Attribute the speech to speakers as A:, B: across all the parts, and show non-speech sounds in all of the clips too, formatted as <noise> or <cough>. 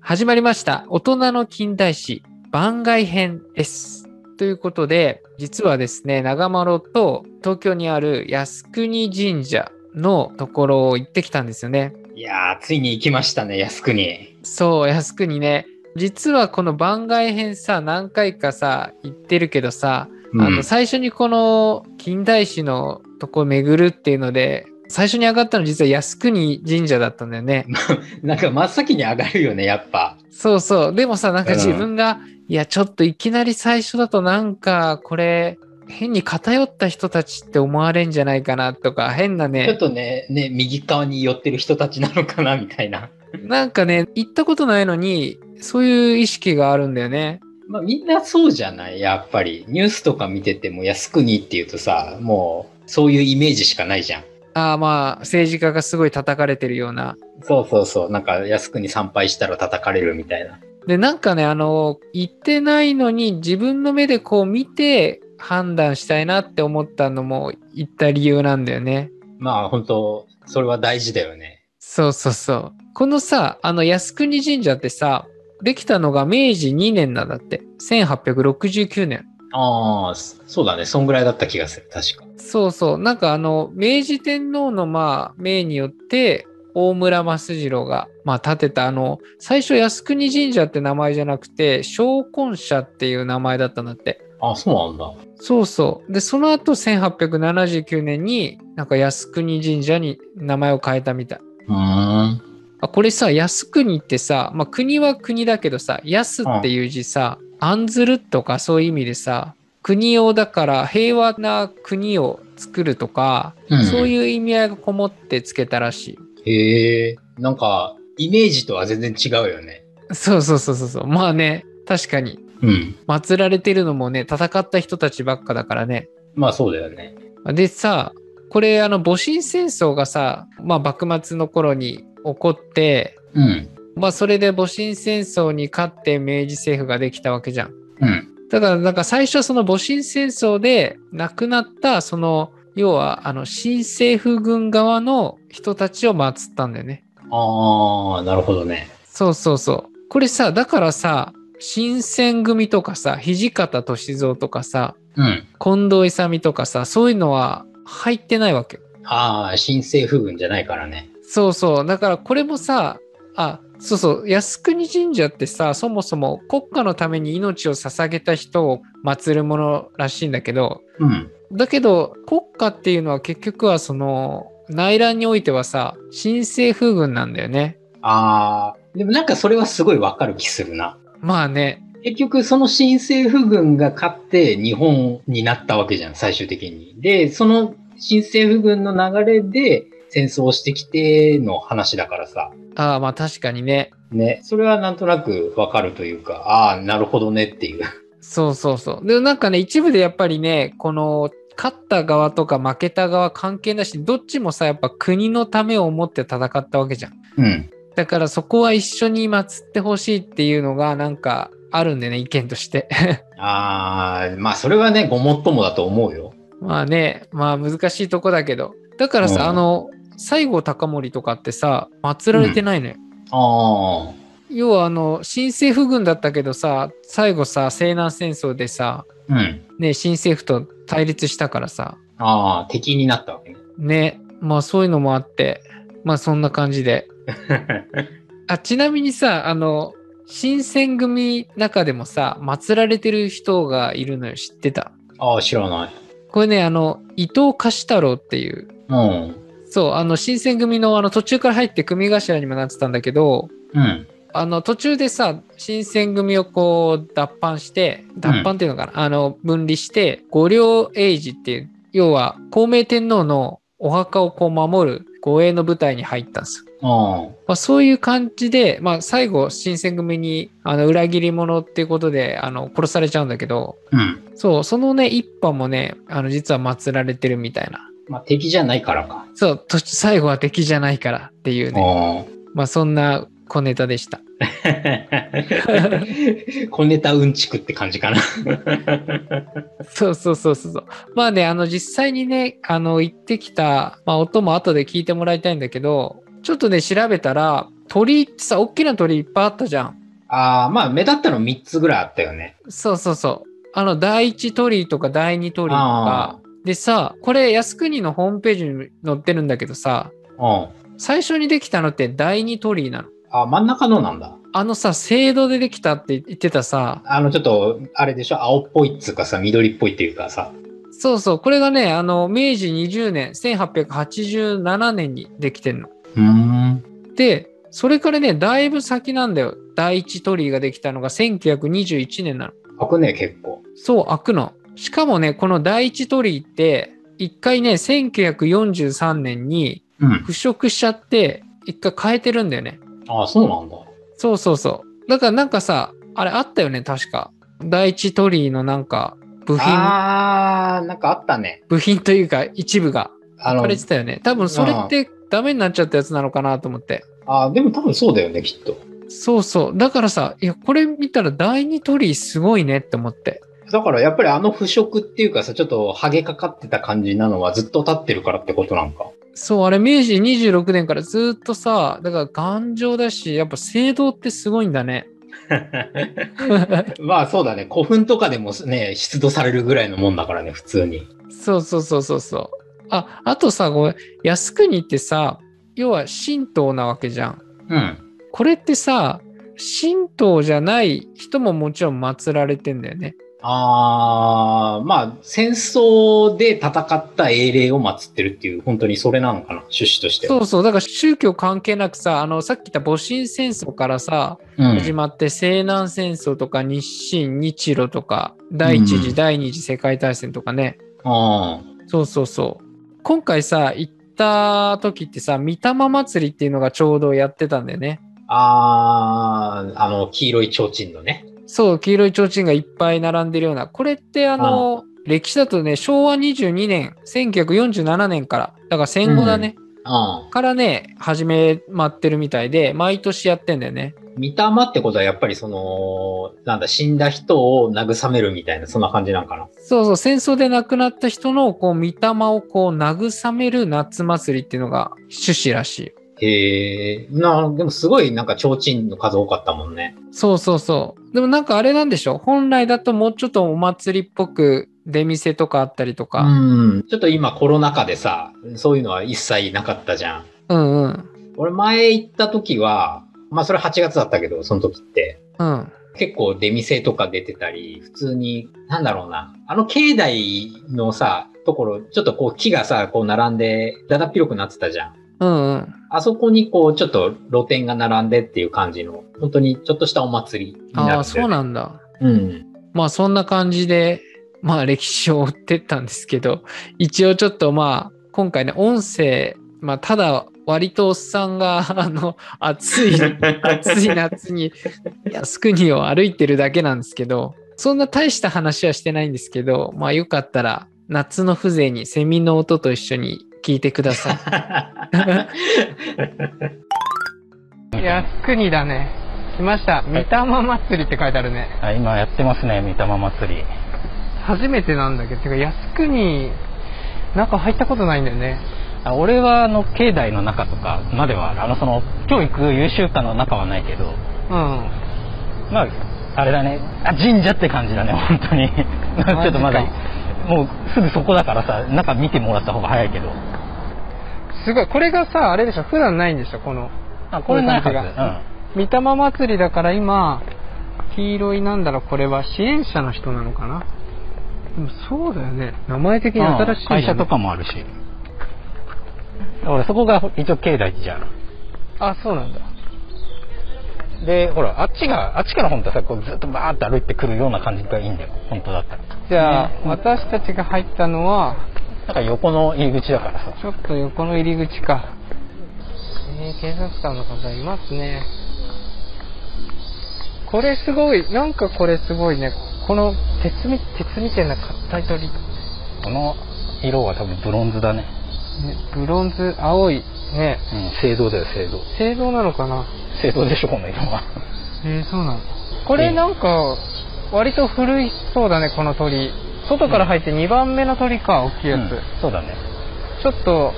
A: 始まりました。大人の近代史番外編です。ということで、実はですね、長丸と東京にある靖国神社のところを行ってきたんですよね。
B: いやー、ついに行きましたね、靖国。
A: そう、靖国ね。実はこの番外編さ、何回かさ、行ってるけどさ、あの最初にこの近代史のとこ巡るっていうので最初に上がったの実は靖国神社だったんだよね。
B: なんか真っ先に上がるよねやっぱ。
A: そうそうでもさなんか自分が、いやちょっといきなり最初だとなんかこれ変に偏った人たちって思われんじゃないかなとか変なね <laughs>
B: ちょっとねね右側に寄ってる人たちなのかなみたいな。
A: なんかね行ったことないのにそういう意識があるんだよね。
B: まあ、みんなそうじゃないやっぱりニュースとか見てても靖国っていうとさもうそういうイメージしかないじゃん。
A: ああまあ政治家がすごい叩かれてるような。
B: そうそうそうなんか靖国参拝したら叩かれるみたいな。
A: でなんかねあの行ってないのに自分の目でこう見て判断したいなって思ったのも行った理由なんだよね。
B: まあ本当それは大事だよね。
A: そうそうそう。このさあの靖国神社ってさできたのが明治2年なんだって。1869年。
B: ああ、そうだね。そんぐらいだった気がする。確か。
A: そうそう。なんかあの、明治天皇のまあ、命によって、大村益次郎が、まあ、建てたあの、最初靖国神社って名前じゃなくて、昇魂社っていう名前だったんだって。
B: あ、そうなんだ。
A: そうそう。で、その後1879年になんか靖国神社に名前を変えたみたい。
B: うん。
A: これさ、靖国ってさ、まあ、国は国だけどさ、靖っていう字さ、案ずるとかそういう意味でさ、国をだから平和な国を作るとか、うん、そういう意味合いがこもってつけたらし
B: い。へえ、なんかイメージとは全然違うよね。
A: そうそうそうそう。まあね、確かに。
B: うん。
A: 祀られてるのもね、戦った人たちばっかだからね。
B: まあそうだよね。
A: でさ、これあの戊辰戦争がさ、まあ幕末の頃に起こって、
B: うん、
A: まあそれで戊辰戦争に勝って明治政府ができたわけじゃん。
B: うん、
A: だからなんか最初はその戊辰戦争で亡くなったその要はあの新政府軍側の人たちを祀ったんだよね。
B: ああなるほどね。
A: そうそうそう。これさだからさ新選組とかさ土方歳三とかさ、
B: うん、
A: 近藤勇とかさそういうのは入ってないわけよ。
B: ああ新政府軍じゃないからね。
A: そうそう。だからこれもさ、あ、そうそう、靖国神社ってさ、そもそも国家のために命を捧げた人を祀るものらしいんだけど、
B: うん、
A: だけど国家っていうのは結局はその内乱においてはさ、新政府軍なんだよね。
B: あー、でもなんかそれはすごいわかる気するな。
A: まあね。
B: 結局その新政府軍が勝って日本になったわけじゃん、最終的に。で、その新政府軍の流れで、戦争してきての話だからさ。
A: ああ、まあ確かにね。
B: ね、それはなんとなくわかるというか、ああ、なるほどねっていう。
A: そうそうそう。でもなんかね、一部でやっぱりね、この、勝った側とか負けた側関係なし、どっちもさ、やっぱ国のためを思って戦ったわけじゃん。
B: うん。
A: だからそこは一緒に祀ってほしいっていうのが、なんか、あるんでね、意見として。 <laughs>
B: ああ、まあそれはね、ごもっともだと思うよ。
A: まあね、まあ難しいとこだけど。だからさ、うん、あの、西郷隆盛とかってさ祀られてないのよ。
B: うん、あ
A: 要はあの新政府軍だったけどさ最後さ西南戦争でさ、
B: うん、
A: ね、新政府と対立したからさ
B: あ敵になった <laughs> わけね。
A: ねまあそういうのもあってまあそんな感じで。あちなみにさあの新選組中でもさ祀られてる人がいるのよ知ってた
B: ああ知らない。
A: これねあの伊藤貸太郎っていう、
B: うん、
A: そう、あの、新選組のあの途中から入って組頭にもなってたんだけ
B: ど、うん、
A: あの途中でさ、新選組をこう脱藩して、脱藩っていうのかな、うん、あの、分離して、五稜英治っていう、要は孝明天皇のお墓をこう守る護衛の部隊に入ったんですよ。
B: うん
A: まあ、そういう感じで、まあ、最後新選組にあの裏切り者っていうことであの殺されちゃうんだけど、
B: うん、
A: そうそのね一派もねあの実は祀られてるみたいな
B: まあ、敵じゃないからか。
A: そう、最後は敵じゃないからっていうね。まあ、そんな小ネタでした。
B: <laughs> 小ネタうんちくって感じかな <laughs>
A: そうそうそうそう。まあね、あの、実際にね、あの、行ってきた、まあ、音も後で聞いてもらいたいんだけど、ちょっとね、調べたら、鳥ってさ、大きな鳥いっぱいあったじゃん。
B: ああ、まあ目立ったの3つぐらいあったよね。
A: そうそうそう。あの、第一鳥居とか第二鳥居とか。でさ、これ、靖国のホームページに載ってるんだけどさ、
B: うん。
A: 最初にできたのって第二鳥居なの。
B: あ、真ん中のなんだ。
A: あのさ、制度でできたって言ってたさ、
B: あの、ちょっと、あれでしょ青っぽいっつうかさ、緑っぽいっていうかさ。
A: そうそう、これがね、あの、明治20年、1887年にできてんの。
B: うーん。
A: で、それからね、だいぶ先なんだよ。第一鳥居ができたのが1921年なの。
B: 開くね、結構。
A: そう、開くの。しかもね、この第一鳥居って、一回ね、1943年に
B: うん。
A: 腐食しちゃって、一回変えてるんだよね。
B: あ、そうなんだ。
A: そうそうそう。だからなんかさ、あれあったよね、確か。第一鳥居のなんか、部品、
B: あー、なんかあったね。
A: 部品というか一部が
B: あ
A: あ
B: の
A: れ、てたよね。多分それってダメになっちゃったやつなのかなと思って。
B: あでも多分そうだよね、きっと。
A: そうそう。だからさ、いや、これ見たら第二鳥居すごいねって思って。
B: だからやっぱりあの腐食っていうかさ、ちょっとハゲかかってた感じなのはずっと立ってるからってことなんか。
A: そう、あれ明治26年からずっとさ、だから頑丈だし、やっぱ聖堂ってすごいんだね。
B: まあそうだね、古墳とかでもね、出土されるぐらいのもんだからね、普通に。
A: <laughs> そうそうそうそうそう。あ、あとさ、ごめん。靖国ってさ、要は神道なわけじゃん。
B: うん。
A: これってさ、神道じゃない人ももちろん祀られてんだよね。
B: あー、まあ戦争で戦った英霊を祀ってるっていう、本当にそれなのかな、趣旨としては。
A: そうそう、だから宗教関係なくさ、あの、さっき言った戊辰戦争からさ、
B: う
A: 始
B: ん。
A: まって西南戦争とか日清、日露とか、第一次、
B: うん
A: 第二次世界大戦とかね。
B: あ
A: そうそうそう。今回さ、行った時ってさ、御霊祭りっていうのがちょうどやってたんだよね。
B: ーあー、あの、黄色い提灯のね。
A: そう、黄色い提灯がいっぱい並んでるような。これってあの、歴史だとね、昭和22年、1947年から、だから戦後だね、
B: うん。
A: からね、始めまってるみたいで、毎年やってんだよね。
B: 見たまってことはやっぱりその、なんだ、死んだ人を慰めるみたいな、そんな感じなんかな。
A: そうそう、戦争で亡くなった人の、こう、御霊をこう、慰める夏祭りっていうのが趣旨らしいよ。
B: へえ、な、でもすごいなんか提灯の数多かったもんね。
A: そうそうそう。でもなんかあれなんでしょ本来だともうちょっとお祭りっぽく出店とかあったりと
B: う
A: か。
B: ん。ちょっと今コロナ禍でさ、そういうのは一切なかったじゃん。
A: うん、うん、
B: 俺前行った時は、まあそれ8月だったけど、その時って。
A: うん。
B: 結構出店とか出てたり、普通に、なんだろうな。あの境内のさ、ところ、ちょっとこう木がさ、こう並んで、だだっ広くなってたじゃん。
A: うん、うん。
B: あそこにこう、ちょっと露店が並んでっていう感じの、本当にちょっとしたお祭りになるんだよ、
A: あ
B: ね。
A: あ、そうなんだ。
B: うん。
A: まあそんな感じで、まあ歴史を追ってったんですけど、一応ちょっとまあ今回ね、音声、まあただ割とおっさんが、あの、暑い、暑い夏に靖国を歩いてるだけなんですけど、そんな大した話はしてないんですけど、まあよかったら夏の風情にセミの音と一緒に聞いてください。 <laughs> 靖国だね。来ました。
C: 御霊
A: 祭りって書いてあるね。
C: あ今やってますね、御霊祭り。
A: 初めてなんだけど、てか靖国、中入ったことないんだよね。
C: あ俺はあの境内の中とかまではあのその今日行く優秀館の中はないけど、
A: うん。
C: まああれだね、あ神社って感じだね本当に。 <laughs> ちょっとまだ
A: マジ
C: もうすぐそこだからさ中見てもらった方が早いけど。
A: すごい。これがさ、あれでしょ、普段ないんでしょ、この。
C: あこれない
A: こ
C: はず。
A: ういう感御霊祭りだから今、黄色いなんだろう、これは支援者の人なのかな。でもそうだよね。名前的
C: う
A: に
C: ん。
A: 新しい、
C: うん会社と。かもあるし。俺そこが一応境内じゃん。
A: あ、そうなんだ。
C: でほらあっちがあっちから本当はさこうずっとバーって歩いてくるような感じがいいんだよ本当だったら。
A: じゃあ、
C: うん
A: 私たちが入ったのは、
C: なんか横の入り口だからさ。
A: ちょっと横の入り口か。えー、警察官の方いますね。これすごい、なんかこれすごいね。この鉄み、鉄みたいな硬い鳥。
C: この色は多分ブロンズだね。
A: ね、ブロンズ、青い、ね、
C: うん、青銅だよ、青銅。
A: 青銅なのかな
C: 青銅でしょ、この色は。
A: えー、そうなのこれなんか、割と古いそうだね、この鳥。外から入って2番目の鳥か、大きいやつ。
C: うんそうだね。
A: ちょっと、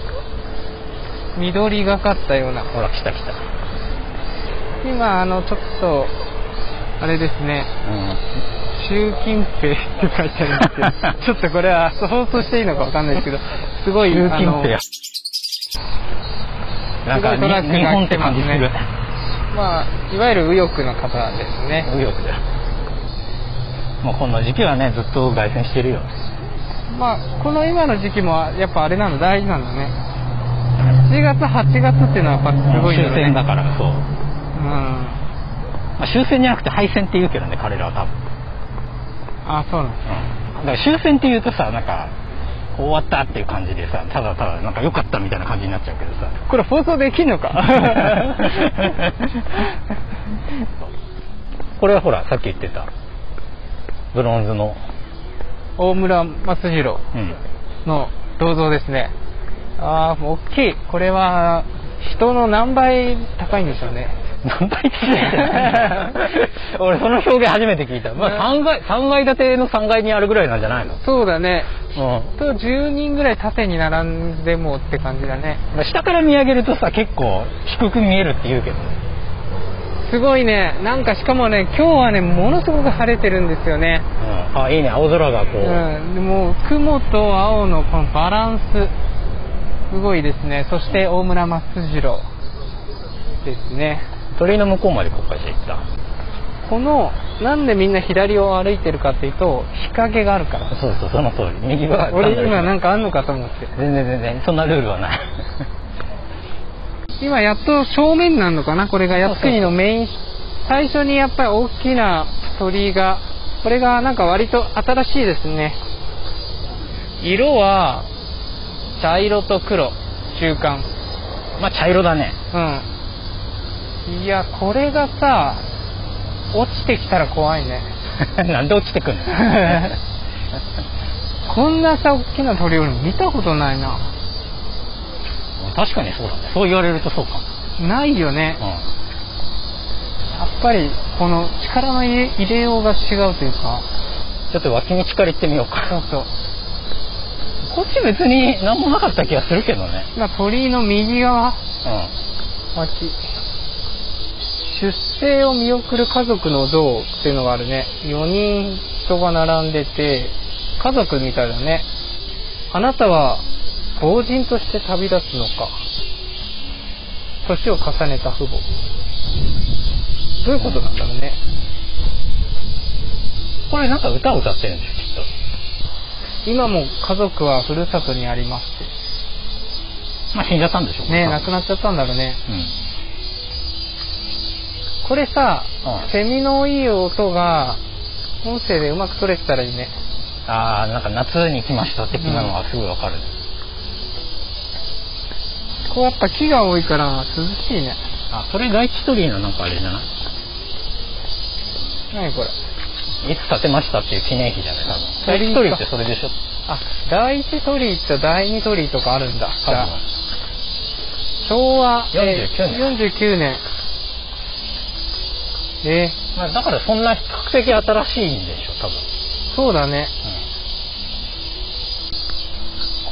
A: 緑がかったような。
C: ほら、来た来た。
A: 今、あの、ちょっと、あれですね
C: うん
A: 習近平って書いてあるんですけどちょ
C: <laughs>
A: っとこれは放送していいのかわかんないですけどすごい
C: 習
A: あ
C: 近
A: の
C: 平なんか
A: すごいトラック
C: に
A: が
C: 日本って感じする
A: 来てまあいわゆる右翼の方ですね
C: 右翼だもうこの時期はねずっと凱旋してるよ
A: まあこの今の時期もやっぱあれなの大事なんだね7月8月っていうのはやっぱすごいよね
C: 終戦だからそう、
A: うん
C: まあ、終戦じゃなくて敗戦って言うけどね彼らは多分、
A: あそうなんで
C: うん、だから終戦って言うとさなんか終わったっていう感じでさただただなんか良かったみたいな感じになっちゃうけどさ
A: すこれ放送できん <laughs> のか
C: これはほらさっき言ってたブロンズの、
A: 大村松次郎
C: うん、
A: の銅像ですねああもう大きいこれは人の何倍高いんでしょうね
C: 何倍って俺その表現初めて聞いた、まあ、3, 階3階建ての3階にあるぐらいなんじゃないの、
A: そうだね
C: う
A: と10人ぐらい縦に並んでもって感じだね
C: ん、下から見上げるとさ結構低く見えるって言うけどね
A: すごいねなんかしかもね今日はねものすごく晴れてるんですよね
C: うん、あいいね青空がこう、
A: うんでも雲と青のこのバランスすごいですねそして大村松次郎ですね
C: 鳥居の向こうまで国会していった
A: このなんでみんな左を歩いてるかっていうと日陰があるから
C: そうそうその通り右は
A: 俺今なんんかあんのかと思って
C: 全然全然そんなルールは <laughs> ない
A: 今やっと正面なのかなこれが
C: そうそう
A: 靖国のメイン最初にやっぱり大きな鳥居がこれがなんか割と新しいですね色は茶色と黒中間
C: まあ茶色だね <laughs>
A: うんいやこれがさ落ちてきたら怖いね
C: なんで落ちて <laughs> くんの
A: こんなさ大きな鳥居俺見たことないな
C: 確かにそうだねそう言われるとそうか
A: ないよね
C: も、うん
A: やっぱりこの力の入れ入れようが違うというか
C: ちょっと脇道から行ってみよう
A: そ
C: か。
A: うそう
C: <laughs> こっち別に何もなかった気がするけどね。
A: 今鳥居の右側
C: う
A: 脇出生を見送る家族の像っていうのがあるね4人人が並んでて家族みたいだねあなたは亡人として旅立つのか年を重ねた父母どういうことなんだろうね
C: ん。これなんか歌を歌ってるんですよ、き
A: 今も家族はふるさとにありますっ
C: っと。まあ死んじゃったんでしょう
A: てね亡く
C: な
A: なっちゃったんだろうね
C: うん。
A: これさ、
C: うん
A: セミのいい音が音声でうまく取れてたらいいね
C: ああ、なんか夏に来ました的なのはすごいわかる。
A: こうやっぱ木が多いから涼しいね
C: あ、それ外地鳥居のなんかあれじゃない
A: 何これ
C: いつ建てましたっていう記念碑じゃない多分。外
A: 鳥
C: 地
A: 居か
C: 鳥居ってそれでしょ
A: あ第一鳥居と第二鳥居とかあるんだじ
C: 多
A: ゃ
C: 分
A: あ。昭和
C: 49年
A: えー49年え
C: まあだからそんな比較的新しいんでしょ、多分。
A: ーそうだね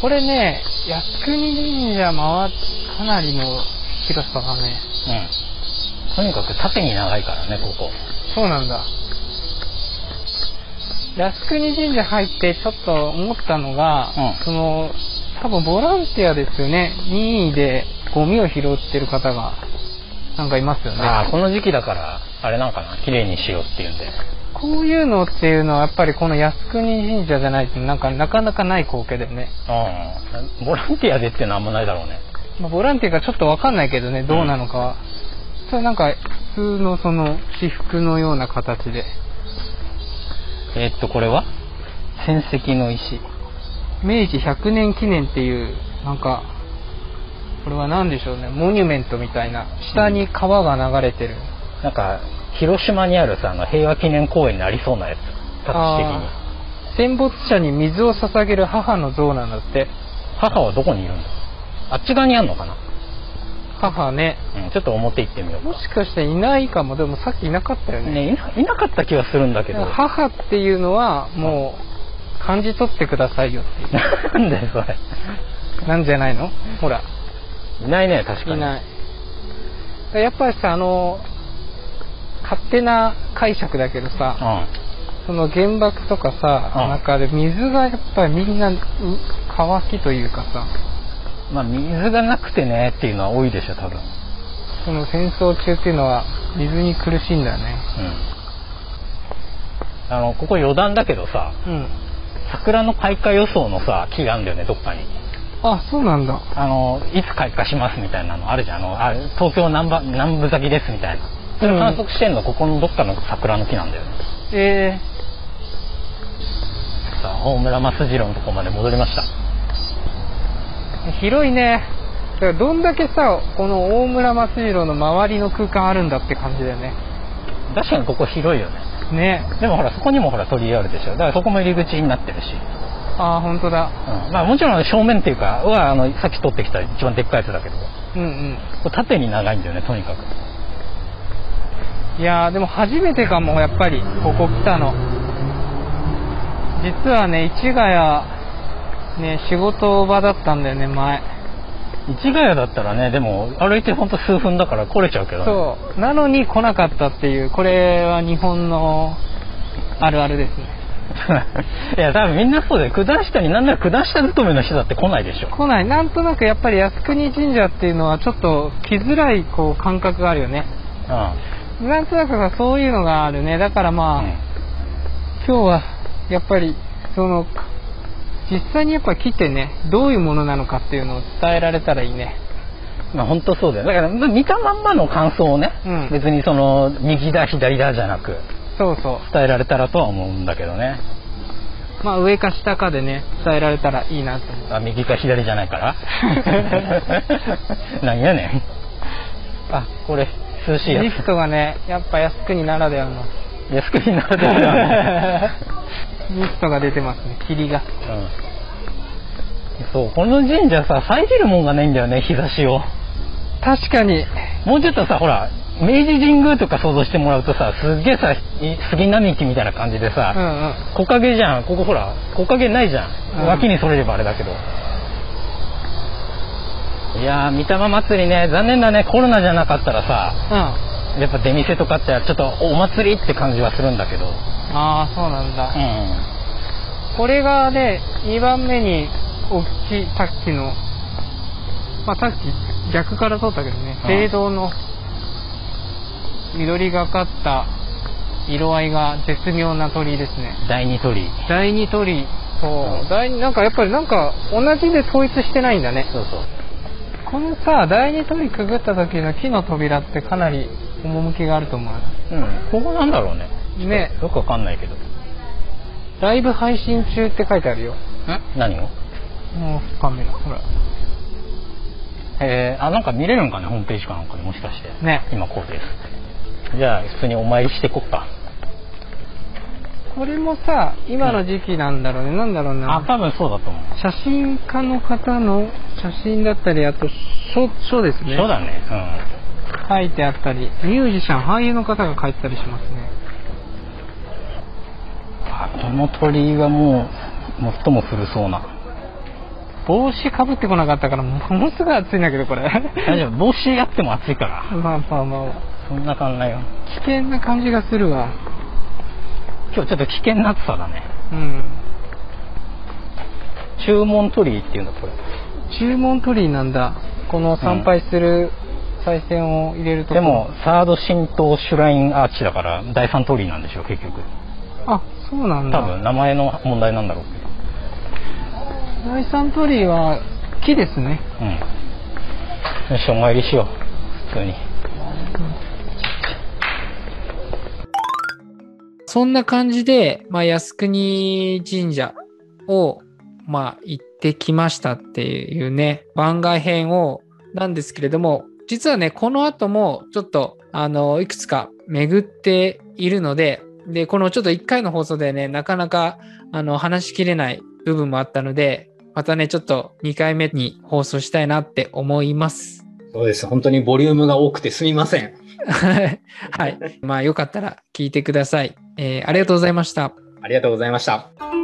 A: これね靖国神社回っかなりの広さだね
C: うん。うん。とにかく縦に長いからね、ここ。
A: そうなんだ靖国神社入ってちょっと思ったのが、
C: うん
A: その多分ボランティアですよね任意でゴミを拾ってる方がなんかいますよね
C: ああ、この時期だから、あれなんかな、綺麗にしようっていうんで。
A: こういうのっていうのはやっぱりこの靖国神社じゃないとなんかなかなかない光景だよね、
C: うん、ボランティアでってのはあんまないだろうね
A: まあボランティアがちょっとわかんないけどねどうなのかは、それなんか普通のその私服のような形で
C: えーっとこれは戦績の石
A: 明治100年記念っていうなんかこれは何でしょうねモニュメントみたいな下に川が流れてる、
C: なんか広島にあるさあの平和記念公園にありそうなやつ形的に
A: あ戦没者に水を捧げる母の像なんだって
C: 母はどこにいるんだあっち側にあんのかな、
A: 母ね
C: うん、ちょっと表行ってみよう
A: もしかしていないかもでもさっきいなかったよね
C: ねいないなかった気はするんだけど
A: 母っていうのはもう感じ取ってくださいよってい
C: なんだよそれ
A: うなんじゃないのほら
C: いないね確かに
A: いないやっぱりさあの勝手な解釈だけどさ、
C: うん。
A: その原爆とかさ、
C: うん
A: なんかで水がやっぱりみんなう乾きというかさ
C: まあ、水がなくてねっていうのは多いでしょ、多分。
A: その戦争中っていうのは水に苦しいんだよね
C: うん。あの、ここ余談だけどさ、
A: うん
C: 桜の開花予想のさ、木があるんだよね、どっかに。
A: あそうなんだ
C: あの、いつ開花しますみたいなのあるじゃん。あの、あ東京南部南部咲きですみたいな。それ観測してんの、ここのどっかの桜の木なんだよね。
A: え
C: さあ、大村益次郎のとこまで戻りました。
A: ー、広いねだからどんだけさこの大村益次郎の周りの空間あるんだって感じだよね
C: 確かにここ広いよね。
A: ね
C: でもほら、そこにもほら鳥居あるでしょ。だからそこも入り口になってるし。
A: ああ本当だ
C: うんまあもちろん正面っていうかはあのさっき取ってきた一番でっかいやつだけどこ
A: うんうん
C: れ縦に長いんだよねとにかく
A: いやーでも初めてかもやっぱりここ来たの実はね市ヶ谷ね仕事場だったんだよね前
C: 市ヶ谷だったらねでも歩いてほんと数分だから来れちゃうけど、ね、
A: そうなのに来なかったっていうこれは日本のあるあるですね
C: <laughs> いや多分みんなそうだよ九段下になんなら九段下勤めの人だって来ないでしょ
A: 来ないなんとなくやっぱり靖国神社っていうのはちょっと来づらいこう感覚があるよね
C: う
A: なんとなくさそういうのがあるねだからまあ、
C: ん、うん
A: 今日はやっぱりその実際にやっぱ来てねどういうものなのかっていうのを伝えられたらいいね
C: まあ本当そうだよだからまあ見たまんまの感想をね、
A: うん
C: 別にその右だ左だじゃなく
A: そうそ
C: 伝えられたらとは思うんだけどね
A: うまあ上か下かでね伝えられたらいいなと思う
C: あ右か左じゃないから <laughs> なんやねんあこれ涼しいや
A: リ
C: つ
A: フトがねやっぱ靖国ならではの
C: 安くになるだろうね、
A: リフトが出てますね霧が
C: うん、そうこの神社さ遮るもんがないんだよね日差しを
A: 確かに
C: もうちょっとさほら明治神宮とか想像してもらうとさすっげえさい杉並木みたいな感じで
A: う
C: さ、
A: んうん
C: 木陰じゃんここほら木陰ないじゃん、
A: うん
C: 脇にそれればあれだけどいやー御霊祭りね残念だねコロナじゃなかったらさ
A: うんあ
C: やっぱ出店とかってちょっとお祭りって感じはするんだけど
A: あーそうなんだ、
C: う
A: これがね2番目に大きいさっきのまあさっき逆から通ったけどね
C: うん
A: 聖堂の緑がかった色合いが絶妙な鳥居ですね
C: ん第二鳥居
A: 第二鳥居そう、
C: うん
A: 第二なんかやっぱりなんか同じで統一してないんだね
C: そうそう
A: このさ第二鳥居くぐった時の木の扉ってかなり趣があると思う
C: うんここなんだろうね
A: ね
C: よくわかんないけど
A: ライブ配信中って書いてあるよ
C: 何を
A: もうカメラほら
C: えー、あなんか見れるんかねホームページかなんかでもしかして
A: ね
C: 今こうですじゃあ普通にお参りしてこっか
A: これもさ今の時期なんだろうね、なんだろう
C: あ
A: な
C: 多分そうだと思う
A: 写真家の方の写真だったりあと書書ですね
C: そうだね
A: 書いてあったりミュージシャン俳優の方が書いてたりしますね
C: うんあこの鳥居はもう最も古そうな
A: 帽子かぶってこなかったからものすごい暑いんだけどこれ
C: 大丈夫帽子あっても暑いから
A: <laughs> まあまあまあ
C: そんな感じないよ
A: 危険な感じがするわ
C: 今日ちょっと危険な暑さだね
A: うん
C: 注文鳥居っていうんだこれ
A: 注文鳥居なんだこの参拝する再銭を入れるとこ
C: でもサード神道シュラインアーチだから第三鳥居なんでしょ結局
A: あそうなんだ
C: 多分名前の問題なんだろうけど
A: 第三鳥居は木ですね
C: うんよしお参りしよう普通に
D: そんな感じで、まあ、靖国神社を、まあ、行ってきましたっていうね、番外編を、なんですけれども、実はね、この後もちょっと、あの、いくつか巡っているので、で、このちょっと1回の放送でね、なかなか、あの、話しきれない部分もあったので、またね、ちょっと2回目に放送したいなって思います。
B: <laughs>
D: <laughs>
B: そうです。本当にボリュームが多くてすみません。
D: はい。まあ、よかったら聞いてください。えーありがとうございました。
B: ありがとうございました。